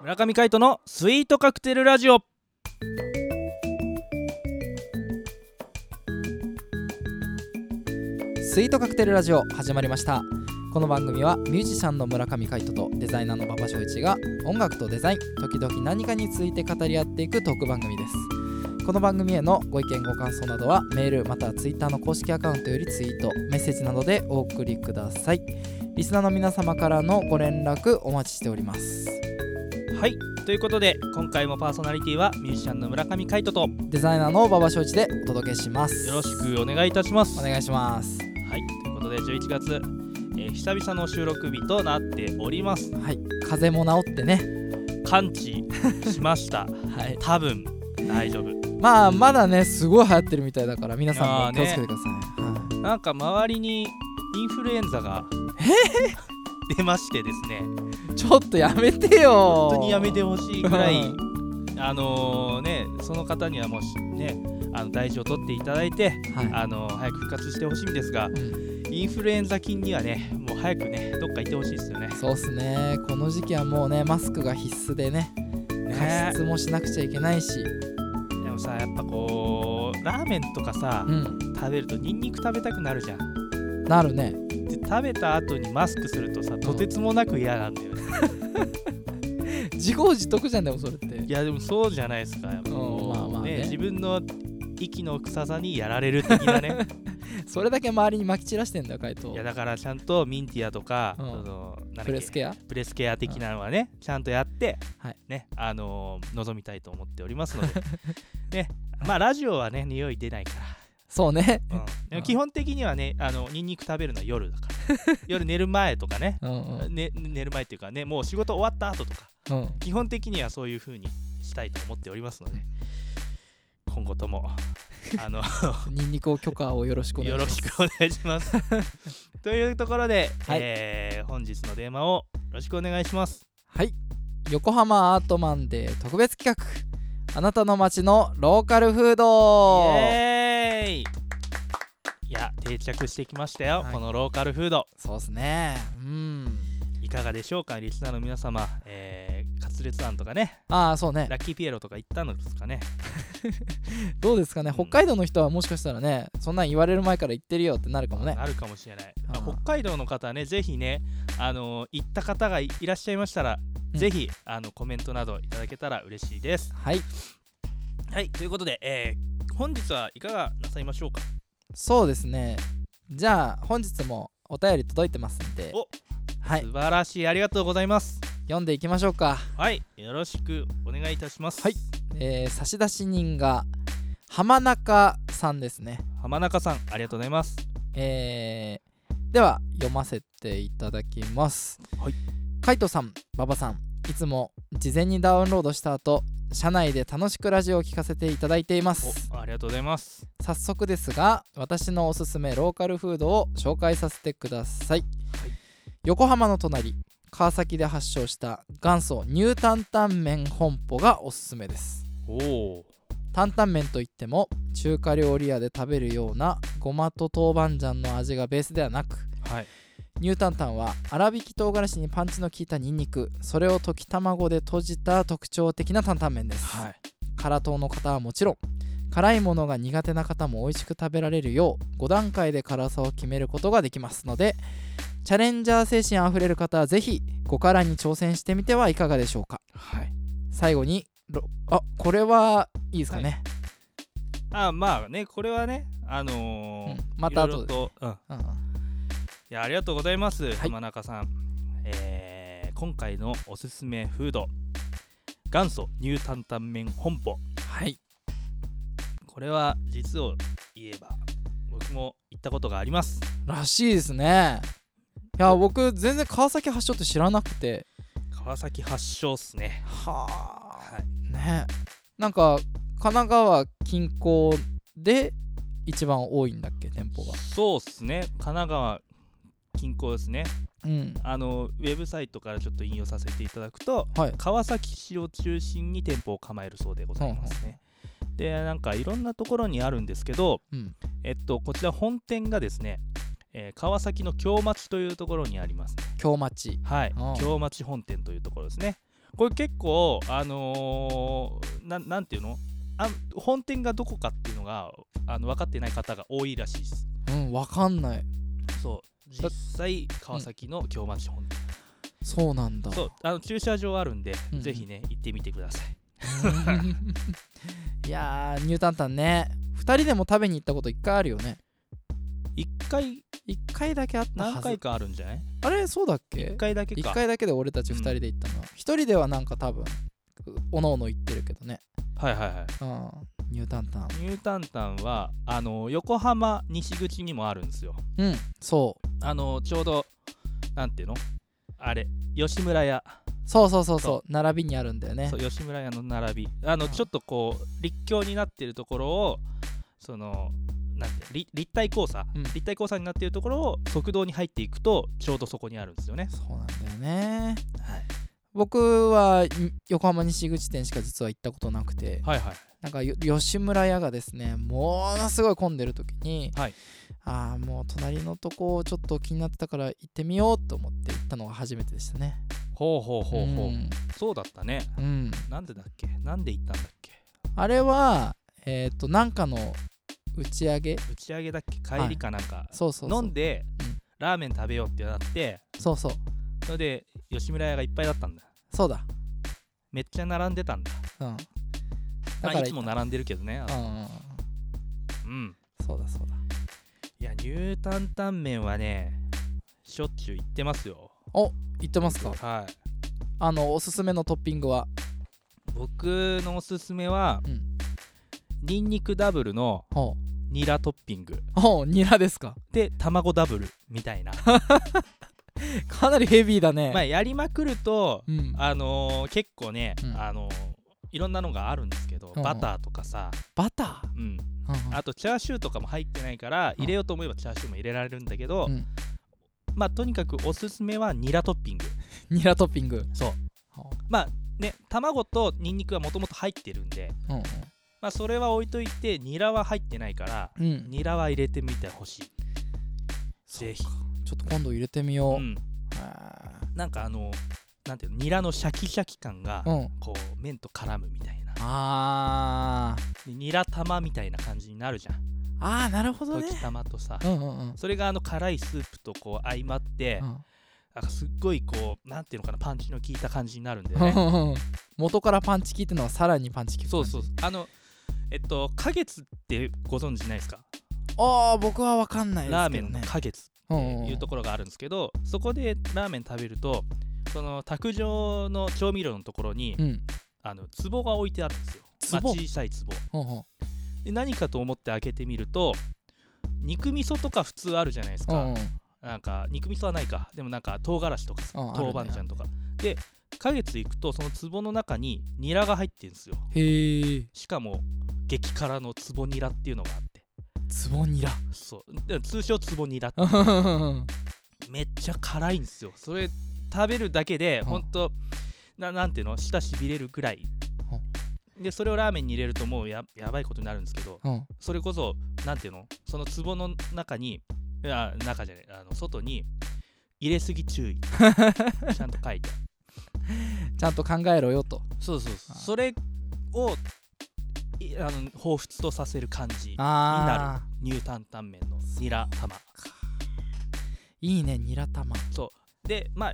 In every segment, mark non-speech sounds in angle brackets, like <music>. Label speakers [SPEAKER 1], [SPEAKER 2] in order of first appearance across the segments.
[SPEAKER 1] 村上海人のスイートカクテルラジオ
[SPEAKER 2] スイートカクテルラジオ始まりましたこの番組はミュージシャンの村上海人とデザイナーの馬場翔一が音楽とデザイン時々何かについて語り合っていくトーク番組ですこの番組へのご意見ご感想などはメールまたはツイッターの公式アカウントよりツイートメッセージなどでお送りくださいリスナーの皆様からのご連絡お待ちしております
[SPEAKER 1] はいということで今回もパーソナリティはミュージシャンの村上海人とよ
[SPEAKER 2] デザイナーの馬場翔一でお届けします
[SPEAKER 1] ろしくお願いいたします
[SPEAKER 2] お願いします
[SPEAKER 1] はいということで11月、えー久々の収録日となっております
[SPEAKER 2] はい風邪も治ってね
[SPEAKER 1] 完治しま
[SPEAKER 2] <laughs>
[SPEAKER 1] した
[SPEAKER 2] はい
[SPEAKER 1] 多分大丈夫
[SPEAKER 2] まあまだねすごい流行ってるみたいだから皆さんも
[SPEAKER 1] いやー
[SPEAKER 2] 気を
[SPEAKER 1] ね
[SPEAKER 2] つけてください、はい
[SPEAKER 1] なんか周りにインフルエンザが出ましてですね
[SPEAKER 2] ちょっとやめてよ
[SPEAKER 1] 本当にやめてほしいぐらい
[SPEAKER 2] は
[SPEAKER 1] あのねその方にはもうねあの大事を取っていただいて
[SPEAKER 2] はい
[SPEAKER 1] あの早く復活してほしいんですが、
[SPEAKER 2] ん
[SPEAKER 1] インフルエンザ菌にはねもう早くねどっか行ってほしいですよね。
[SPEAKER 2] そうっすねこの時期はもうねマスクが必須でね
[SPEAKER 1] ね
[SPEAKER 2] 加湿もしなくちゃいけないし、
[SPEAKER 1] でもさやっぱこうラーメンとかさ
[SPEAKER 2] うん
[SPEAKER 1] 食べるとニンニク食べたくなるじゃん。
[SPEAKER 2] なるね
[SPEAKER 1] で食べた後にマスクするとさとてつもなく嫌なんだよね。 <laughs>
[SPEAKER 2] 自業自得じゃんでもそれって
[SPEAKER 1] いやでもそうじゃないですか。やっぱ
[SPEAKER 2] うんまあま
[SPEAKER 1] こ
[SPEAKER 2] あ
[SPEAKER 1] う
[SPEAKER 2] ね
[SPEAKER 1] ね自分の息の臭さにやられる的なね。
[SPEAKER 2] <laughs> それだけ周りに撒き散らしてんだよ海人
[SPEAKER 1] いやだからちゃんとミンティアとか、
[SPEAKER 2] うん
[SPEAKER 1] そのなんだっけ
[SPEAKER 2] プレスケア
[SPEAKER 1] プレスケア的なのはね、ちゃんとやって、
[SPEAKER 2] はい
[SPEAKER 1] ね、あのー臨みたいと思っておりますの
[SPEAKER 2] <laughs>
[SPEAKER 1] で、ね、まあラジオはね、匂い出ないか
[SPEAKER 2] そうね
[SPEAKER 1] ら、うんでも基本的にはね、あのニンニク食べるのは夜だ
[SPEAKER 2] <laughs>
[SPEAKER 1] から、夜寝る前とかね、
[SPEAKER 2] うん
[SPEAKER 1] <laughs>
[SPEAKER 2] うん
[SPEAKER 1] ね、寝る前っていうかね、もう仕事終わった後とか、
[SPEAKER 2] うん
[SPEAKER 1] 基本的にはそういう風にしたいと思っておりますので、今後と
[SPEAKER 2] <laughs>
[SPEAKER 1] も、あの、
[SPEAKER 2] ニンニクを許可をよろしくお願
[SPEAKER 1] よ
[SPEAKER 2] いし
[SPEAKER 1] ろ
[SPEAKER 2] ます
[SPEAKER 1] しくお願いし
[SPEAKER 2] <laughs>
[SPEAKER 1] ます。というところで、
[SPEAKER 2] はい
[SPEAKER 1] えー本日のテーマをよろしくお願いします。
[SPEAKER 2] はい横浜アートマンデー特別企画あなたの街のローカルフー
[SPEAKER 1] イ
[SPEAKER 2] ド
[SPEAKER 1] エーイいや定着してきましたよ、
[SPEAKER 2] はい
[SPEAKER 1] このローカルフード
[SPEAKER 2] そうっすねうん
[SPEAKER 1] いかがでしょうかリスナーの皆様、えー、カツレツ庵とかね
[SPEAKER 2] ああそうね
[SPEAKER 1] ラッキーピエロとか行ったのですかね
[SPEAKER 2] どうですかね
[SPEAKER 1] うん
[SPEAKER 2] 北海道の人はもしかしたらねそんなん言われる前から言ってるよってなるかもね
[SPEAKER 1] あるかもしれない、
[SPEAKER 2] あー
[SPEAKER 1] 北海道の方はねぜひねあのー行った方がいいらっしゃいましたら、
[SPEAKER 2] うん
[SPEAKER 1] ぜひあのコメントなどいただけたら嬉しいです
[SPEAKER 2] はい
[SPEAKER 1] はいということで、えー本日はいかがなさいましょうか
[SPEAKER 2] そうですねじゃあ本日もお便り届いてますんで
[SPEAKER 1] お
[SPEAKER 2] はい
[SPEAKER 1] 素晴らしいありがとうございます
[SPEAKER 2] 読んでいきましょうか、
[SPEAKER 1] はいよろしくお願いいたします
[SPEAKER 2] はいえー、差出人が浜中さんですね
[SPEAKER 1] 浜中さんありがとうございます
[SPEAKER 2] えーでは読ませていただきます。
[SPEAKER 1] はい、
[SPEAKER 2] カイトさん、馬場さん、いつも事前にダウンロードした後、社内で楽しくラジオを聞かせていただいています。
[SPEAKER 1] おありがとうございます
[SPEAKER 2] 早速ですが、私のおすすめローカルフードを紹介させてください。
[SPEAKER 1] はい
[SPEAKER 2] 横浜の隣、川崎で発祥した元祖ニュータンタン麺本舗がおすすめです。
[SPEAKER 1] おお
[SPEAKER 2] 担々麺といっても中華料理屋で食べるようなごまと豆板醤の味がベースではなく
[SPEAKER 1] はい
[SPEAKER 2] ニュータンタンは粗挽き唐辛子にパンチの効いたニンニクそれを溶き卵で閉じた特徴的な担々麺です、
[SPEAKER 1] はい
[SPEAKER 2] 辛党の方はもちろん辛いものが苦手な方も美味しく食べられるよう5段階で辛さを決めることができますのでチャレンジャー精神あふれる方はぜひ5辛に挑戦してみてはいかがでしょうか
[SPEAKER 1] はい
[SPEAKER 2] 最後にろあこれはいいですかね、
[SPEAKER 1] あまあねこれはねあのー
[SPEAKER 2] うんまた
[SPEAKER 1] いろいろ
[SPEAKER 2] 後で
[SPEAKER 1] と、うん、い
[SPEAKER 2] うん
[SPEAKER 1] やありがとうございます、
[SPEAKER 2] い
[SPEAKER 1] 浜中さんえー、今回のおすすめフード元祖ニュータンタン麺本舗
[SPEAKER 2] はい。
[SPEAKER 1] これは実を言えば僕も行ったことがあります
[SPEAKER 2] らしいですね。いや、僕、全然川崎発祥って知らなくて。
[SPEAKER 1] 川崎発祥っすね
[SPEAKER 2] は
[SPEAKER 1] はい
[SPEAKER 2] あ。ね。なんか、神奈川近郊で一番多いんだっけ、店舗が。
[SPEAKER 1] そうっすね神奈川近郊ですね
[SPEAKER 2] うん。
[SPEAKER 1] あのウェブサイトからちょっと引用させていただくと
[SPEAKER 2] はい。
[SPEAKER 1] 川崎市を中心に店舗を構えるそうでございますね。でなんかいろんなところにあるんですけど、
[SPEAKER 2] うん。
[SPEAKER 1] えっと、こちら本店がですね、えー川崎の京町というところにありますね。
[SPEAKER 2] 京町。
[SPEAKER 1] はい
[SPEAKER 2] ああ、
[SPEAKER 1] 京町本店というところですね。これ結構あのーなんなんていうのあ本店がどこかっていうのがあの分かってない方が多いらしいです
[SPEAKER 2] うんわかんない
[SPEAKER 1] そう実際川崎の京町本店、
[SPEAKER 2] そうなんだ
[SPEAKER 1] そうあの駐車場あるんで、
[SPEAKER 2] うん
[SPEAKER 1] ぜひね行ってみてください
[SPEAKER 2] <laughs> いやーニュータンタンね2人でも食べに行ったこと1回あるよね
[SPEAKER 1] 一回
[SPEAKER 2] 1回だけあったはず
[SPEAKER 1] 何回かあるんじゃない
[SPEAKER 2] あれそうだっけ
[SPEAKER 1] 一回だけ
[SPEAKER 2] 1
[SPEAKER 1] か
[SPEAKER 2] 回だけで俺たち2人で行ったのは、1人ではなんか多分おのおの行ってるけどね
[SPEAKER 1] はいはいはい
[SPEAKER 2] うんニュータンタン
[SPEAKER 1] ニュータンタンはあの横浜西口にもあるんですよ
[SPEAKER 2] うんそう
[SPEAKER 1] あのちょうどなんていうのあれ吉村屋
[SPEAKER 2] そうそうそう
[SPEAKER 1] そ
[SPEAKER 2] そう並びにあるんだよね
[SPEAKER 1] そう吉村屋の並びあの
[SPEAKER 2] うん
[SPEAKER 1] ちょっとこう立教になってるところをそのなんて立立体交差、
[SPEAKER 2] うん
[SPEAKER 1] 立体交差になっているところを側道に入っていくとちょうどそこにあるんですよね
[SPEAKER 2] そうなんだよね
[SPEAKER 1] はい
[SPEAKER 2] 僕はん横浜西口店しか実は行ったことなくて
[SPEAKER 1] はいはい
[SPEAKER 2] なんかよ吉村屋がですねものすごい混んでる時に、
[SPEAKER 1] はい
[SPEAKER 2] ああもう隣のとこちょっと気になってたから行ってみようと思って行ったのが初めてでしたね
[SPEAKER 1] ほうほうほうほう、
[SPEAKER 2] ん
[SPEAKER 1] そうだったね
[SPEAKER 2] うん
[SPEAKER 1] なんでだっけなんで行ったんだっけ
[SPEAKER 2] あれはえっ、となんかの打ち上げ
[SPEAKER 1] 打ち上げだっけ帰りかなんか、
[SPEAKER 2] そうそうそう
[SPEAKER 1] 飲んで、
[SPEAKER 2] うん
[SPEAKER 1] ラーメン食べようってなって
[SPEAKER 2] そうそう
[SPEAKER 1] それで吉村屋がいっぱいだったんだ
[SPEAKER 2] そうだ
[SPEAKER 1] めっちゃ並んでたんだ
[SPEAKER 2] うん
[SPEAKER 1] まあいつも
[SPEAKER 2] うん
[SPEAKER 1] 並んでるけどね
[SPEAKER 2] うんうん
[SPEAKER 1] うん
[SPEAKER 2] そうだそうだ
[SPEAKER 1] いや牛タンタン麺はねしょっちゅう行ってますよ
[SPEAKER 2] 行ってますか
[SPEAKER 1] はい
[SPEAKER 2] あのおすすめのトッピングは
[SPEAKER 1] 僕のおすすめは、
[SPEAKER 2] うん
[SPEAKER 1] ニンニクダブルの
[SPEAKER 2] ほう
[SPEAKER 1] ニラトッピング
[SPEAKER 2] ほうニラですか
[SPEAKER 1] で卵ダブルみたいな
[SPEAKER 2] かなりヘビーだね、
[SPEAKER 1] まあやりまくると
[SPEAKER 2] うん
[SPEAKER 1] あのー結構ね、
[SPEAKER 2] うん
[SPEAKER 1] あのーいろんなのがあるんですけど、
[SPEAKER 2] うん
[SPEAKER 1] バターとかさ、
[SPEAKER 2] バタ
[SPEAKER 1] うん、
[SPEAKER 2] ー、うんうん
[SPEAKER 1] あとチャーシューとかも入ってないから
[SPEAKER 2] うん
[SPEAKER 1] 入れようと思えばチャーシューも入れられるんだけど、
[SPEAKER 2] うん
[SPEAKER 1] まあとにかくおすすめはニラトッピング
[SPEAKER 2] ニラトッピング
[SPEAKER 1] そう
[SPEAKER 2] ほ
[SPEAKER 1] まあね卵とニンニクはもともと入ってるんで
[SPEAKER 2] ううん
[SPEAKER 1] まあそれは置いといてニラは入ってないから
[SPEAKER 2] うんうん
[SPEAKER 1] ニラは入れてみてほしい、
[SPEAKER 2] そう
[SPEAKER 1] ぜひ
[SPEAKER 2] かちょっと今度入れてみよう、
[SPEAKER 1] うん、
[SPEAKER 2] あ
[SPEAKER 1] なんかあのなんていうのニラのシャキシャキ感が
[SPEAKER 2] ーうん
[SPEAKER 1] こう麺と絡むみたいな
[SPEAKER 2] あー
[SPEAKER 1] でニラ玉みたいな感じになるじゃん
[SPEAKER 2] あーなるほど
[SPEAKER 1] 溶
[SPEAKER 2] ね
[SPEAKER 1] き玉とさ
[SPEAKER 2] うんうんうん
[SPEAKER 1] それがあの辛いスープとこう相まって、なんかすっごいこうなんていうのかなパンチの効いた感じになるんだよね
[SPEAKER 2] うん元からパンチ効いてるのはさらにパンチ効く
[SPEAKER 1] そ
[SPEAKER 2] 感
[SPEAKER 1] う
[SPEAKER 2] じ
[SPEAKER 1] そうそうあのえっと花月ってご存知ないですか
[SPEAKER 2] ああ僕は分かんないですけど、ね、
[SPEAKER 1] ラーメンの花月
[SPEAKER 2] う
[SPEAKER 1] っ
[SPEAKER 2] んうん
[SPEAKER 1] ていうところがあるんですけど、そこでラーメン食べるとその卓上の調味料のところに、
[SPEAKER 2] うん
[SPEAKER 1] あの壺が置いてあるんですよ、まあ
[SPEAKER 2] 壺
[SPEAKER 1] 小さい壺
[SPEAKER 2] ほうほ
[SPEAKER 1] で何かと思って開けてみると肉味噌とか普通あるじゃないです
[SPEAKER 2] う
[SPEAKER 1] か、
[SPEAKER 2] うんうん
[SPEAKER 1] なんか肉味噌はないかでもなんか唐辛子とかさ
[SPEAKER 2] うんある
[SPEAKER 1] 豆板
[SPEAKER 2] ね
[SPEAKER 1] 醤とか、で花月行くとその壺の中にニラが入ってるんですよ
[SPEAKER 2] へえ
[SPEAKER 1] しかも激辛の壺ニラっていうのがあって
[SPEAKER 2] ツボニラ
[SPEAKER 1] そうで通称壺ニラってめっちゃ辛いんですよそれ食べるだけで
[SPEAKER 2] うん
[SPEAKER 1] ほんとななんていうの舌しびれるぐらいでそれをラーメンに入れるともうややばいことになるんですけど
[SPEAKER 2] うん
[SPEAKER 1] それこそなんていうのその壺の中にあ中じゃないあの外に入れすぎ注
[SPEAKER 2] <laughs>
[SPEAKER 1] 意ちゃんと書いてある
[SPEAKER 2] ちゃんと考えろよと
[SPEAKER 1] そうそう
[SPEAKER 2] あ
[SPEAKER 1] それをいあの彷彿とさせる感じ
[SPEAKER 2] ああ
[SPEAKER 1] ニュータンタン麺のニラ玉
[SPEAKER 2] いいねニラ玉
[SPEAKER 1] でまあ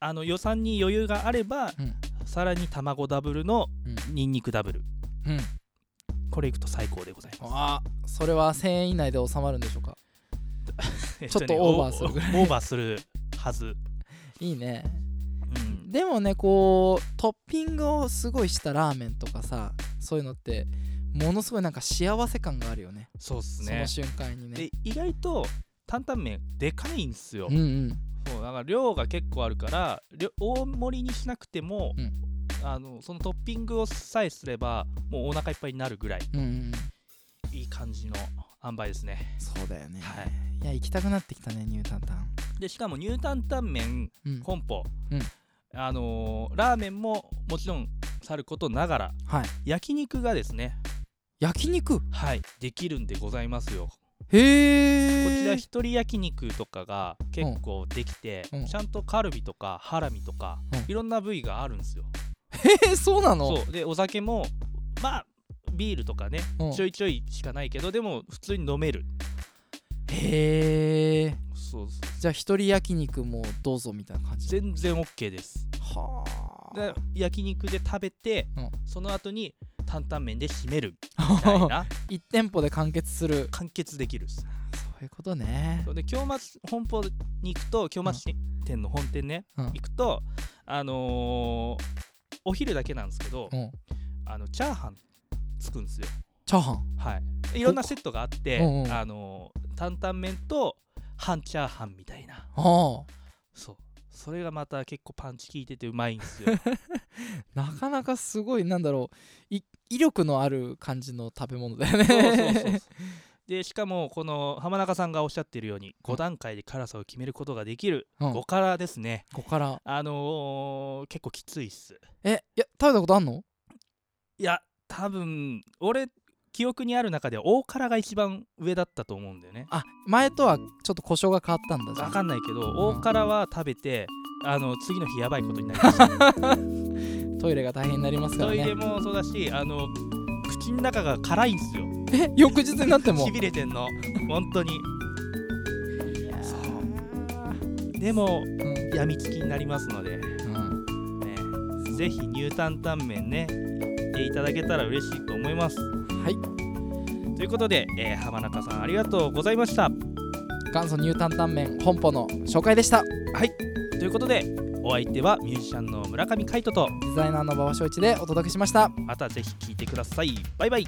[SPEAKER 1] あの予算に余裕があれば
[SPEAKER 2] うん
[SPEAKER 1] さらに卵ダブルの
[SPEAKER 2] うん
[SPEAKER 1] ニンニクダブル
[SPEAKER 2] うん
[SPEAKER 1] これいくと最高でございま
[SPEAKER 2] あーそれは1000円以内で収まるんでしょうか
[SPEAKER 1] す <laughs> え
[SPEAKER 2] ちょっと
[SPEAKER 1] ね
[SPEAKER 2] オーバーするぐらい
[SPEAKER 1] おオーバーするはず、
[SPEAKER 2] いいね
[SPEAKER 1] うん、
[SPEAKER 2] でもねこうトッピングをすごいしたラーメンとかさそういうのってものすごいなんか幸せ感があるよね
[SPEAKER 1] そうっす
[SPEAKER 2] その
[SPEAKER 1] ね
[SPEAKER 2] 瞬間にね
[SPEAKER 1] で意外と担々麺でかいんすよ
[SPEAKER 2] うんうん
[SPEAKER 1] そうだから量が結構あるから量大盛りにしなくても、
[SPEAKER 2] うん
[SPEAKER 1] あのそのトッピングをさえすればもうお腹いっぱいになるぐらい
[SPEAKER 2] うんうん
[SPEAKER 1] いい感じの塩梅ですね
[SPEAKER 2] そうだよね、
[SPEAKER 1] はい
[SPEAKER 2] や行きたくなってきたねニュータンタン
[SPEAKER 1] でしかも牛タンタン麺
[SPEAKER 2] うん
[SPEAKER 1] コンポ、
[SPEAKER 2] うん
[SPEAKER 1] あのーラーメンももちろんさることながら
[SPEAKER 2] はい
[SPEAKER 1] 焼肉がですね
[SPEAKER 2] 焼肉
[SPEAKER 1] はいできるんでございますよこち
[SPEAKER 2] へ
[SPEAKER 1] ら
[SPEAKER 2] え
[SPEAKER 1] 一人焼肉とかが結構できて、
[SPEAKER 2] うんうん
[SPEAKER 1] ちゃんとカルビとかハラミとか、
[SPEAKER 2] うん
[SPEAKER 1] いろんな部位があるんですよ
[SPEAKER 2] えそうなの
[SPEAKER 1] そうでお酒もまあビールとかね
[SPEAKER 2] うん
[SPEAKER 1] ちょいちょいしかないけどでも普通に飲める
[SPEAKER 2] へえ
[SPEAKER 1] そうそう
[SPEAKER 2] じゃあ一人焼肉もどうぞみたいな感じ
[SPEAKER 1] 全然 OK です
[SPEAKER 2] は
[SPEAKER 1] で焼肉で食べて、
[SPEAKER 2] うん
[SPEAKER 1] その後に担々麺で締めるみたい
[SPEAKER 2] あ <laughs>
[SPEAKER 1] な
[SPEAKER 2] 一店舗で完結する
[SPEAKER 1] 完結できるっす
[SPEAKER 2] そういうことね
[SPEAKER 1] そうで京松本舗に行くと京松店の本店ね、
[SPEAKER 2] うん
[SPEAKER 1] 行くとあのーお昼だけなんですけど、
[SPEAKER 2] うん
[SPEAKER 1] あのチャーハンつくんですよ
[SPEAKER 2] チャーハン
[SPEAKER 1] はいいろんなセットがあって、
[SPEAKER 2] うんうん
[SPEAKER 1] あのー担々麺と半チャーハンみたいな
[SPEAKER 2] あ
[SPEAKER 1] そうそれがまた結構パンチ効いててうまいんですよ
[SPEAKER 2] <laughs> あなかなかすごいなんだろうい威力のある感じの食べ物だよ
[SPEAKER 1] そうそうそうそう
[SPEAKER 2] ね
[SPEAKER 1] でしかもこの浜中さんがおっしゃってるように
[SPEAKER 2] うん
[SPEAKER 1] 5段階で辛さを決めることができる
[SPEAKER 2] うん
[SPEAKER 1] 5辛ですね、
[SPEAKER 2] ここから
[SPEAKER 1] あのー結構きついっす
[SPEAKER 2] えいや食べたことあんの
[SPEAKER 1] いや多分俺記憶にある中では大辛が一番上だったと思うんだよね
[SPEAKER 2] あ前とはちょっと故障が変わったんだじゃ
[SPEAKER 1] 分
[SPEAKER 2] ん
[SPEAKER 1] かんないけど
[SPEAKER 2] ん
[SPEAKER 1] 大辛は食べてあの次の日やばいことになり
[SPEAKER 2] <laughs>
[SPEAKER 1] ました、
[SPEAKER 2] トイレが大変になりますから
[SPEAKER 1] トイレ
[SPEAKER 2] ね
[SPEAKER 1] もそうだしあの口の中が辛いんですよ
[SPEAKER 2] え <laughs> 翌日になっ
[SPEAKER 1] <laughs>
[SPEAKER 2] ても
[SPEAKER 1] しびれてんの本当にそうでも
[SPEAKER 2] うん
[SPEAKER 1] やみつきになりますので
[SPEAKER 2] うん
[SPEAKER 1] ね、ぜひニュータンタンメンね行っていただけたら嬉しいと思います
[SPEAKER 2] はい
[SPEAKER 1] ということで、えー浜中さんありがとうございました
[SPEAKER 2] 元祖ニュータンタンメン本舗の紹介でした
[SPEAKER 1] ということでお相手はミュージシャンの村上海人と
[SPEAKER 2] デザイナーの馬場翔一でお届けしました
[SPEAKER 1] またぜひ聴いてくださいバイバイ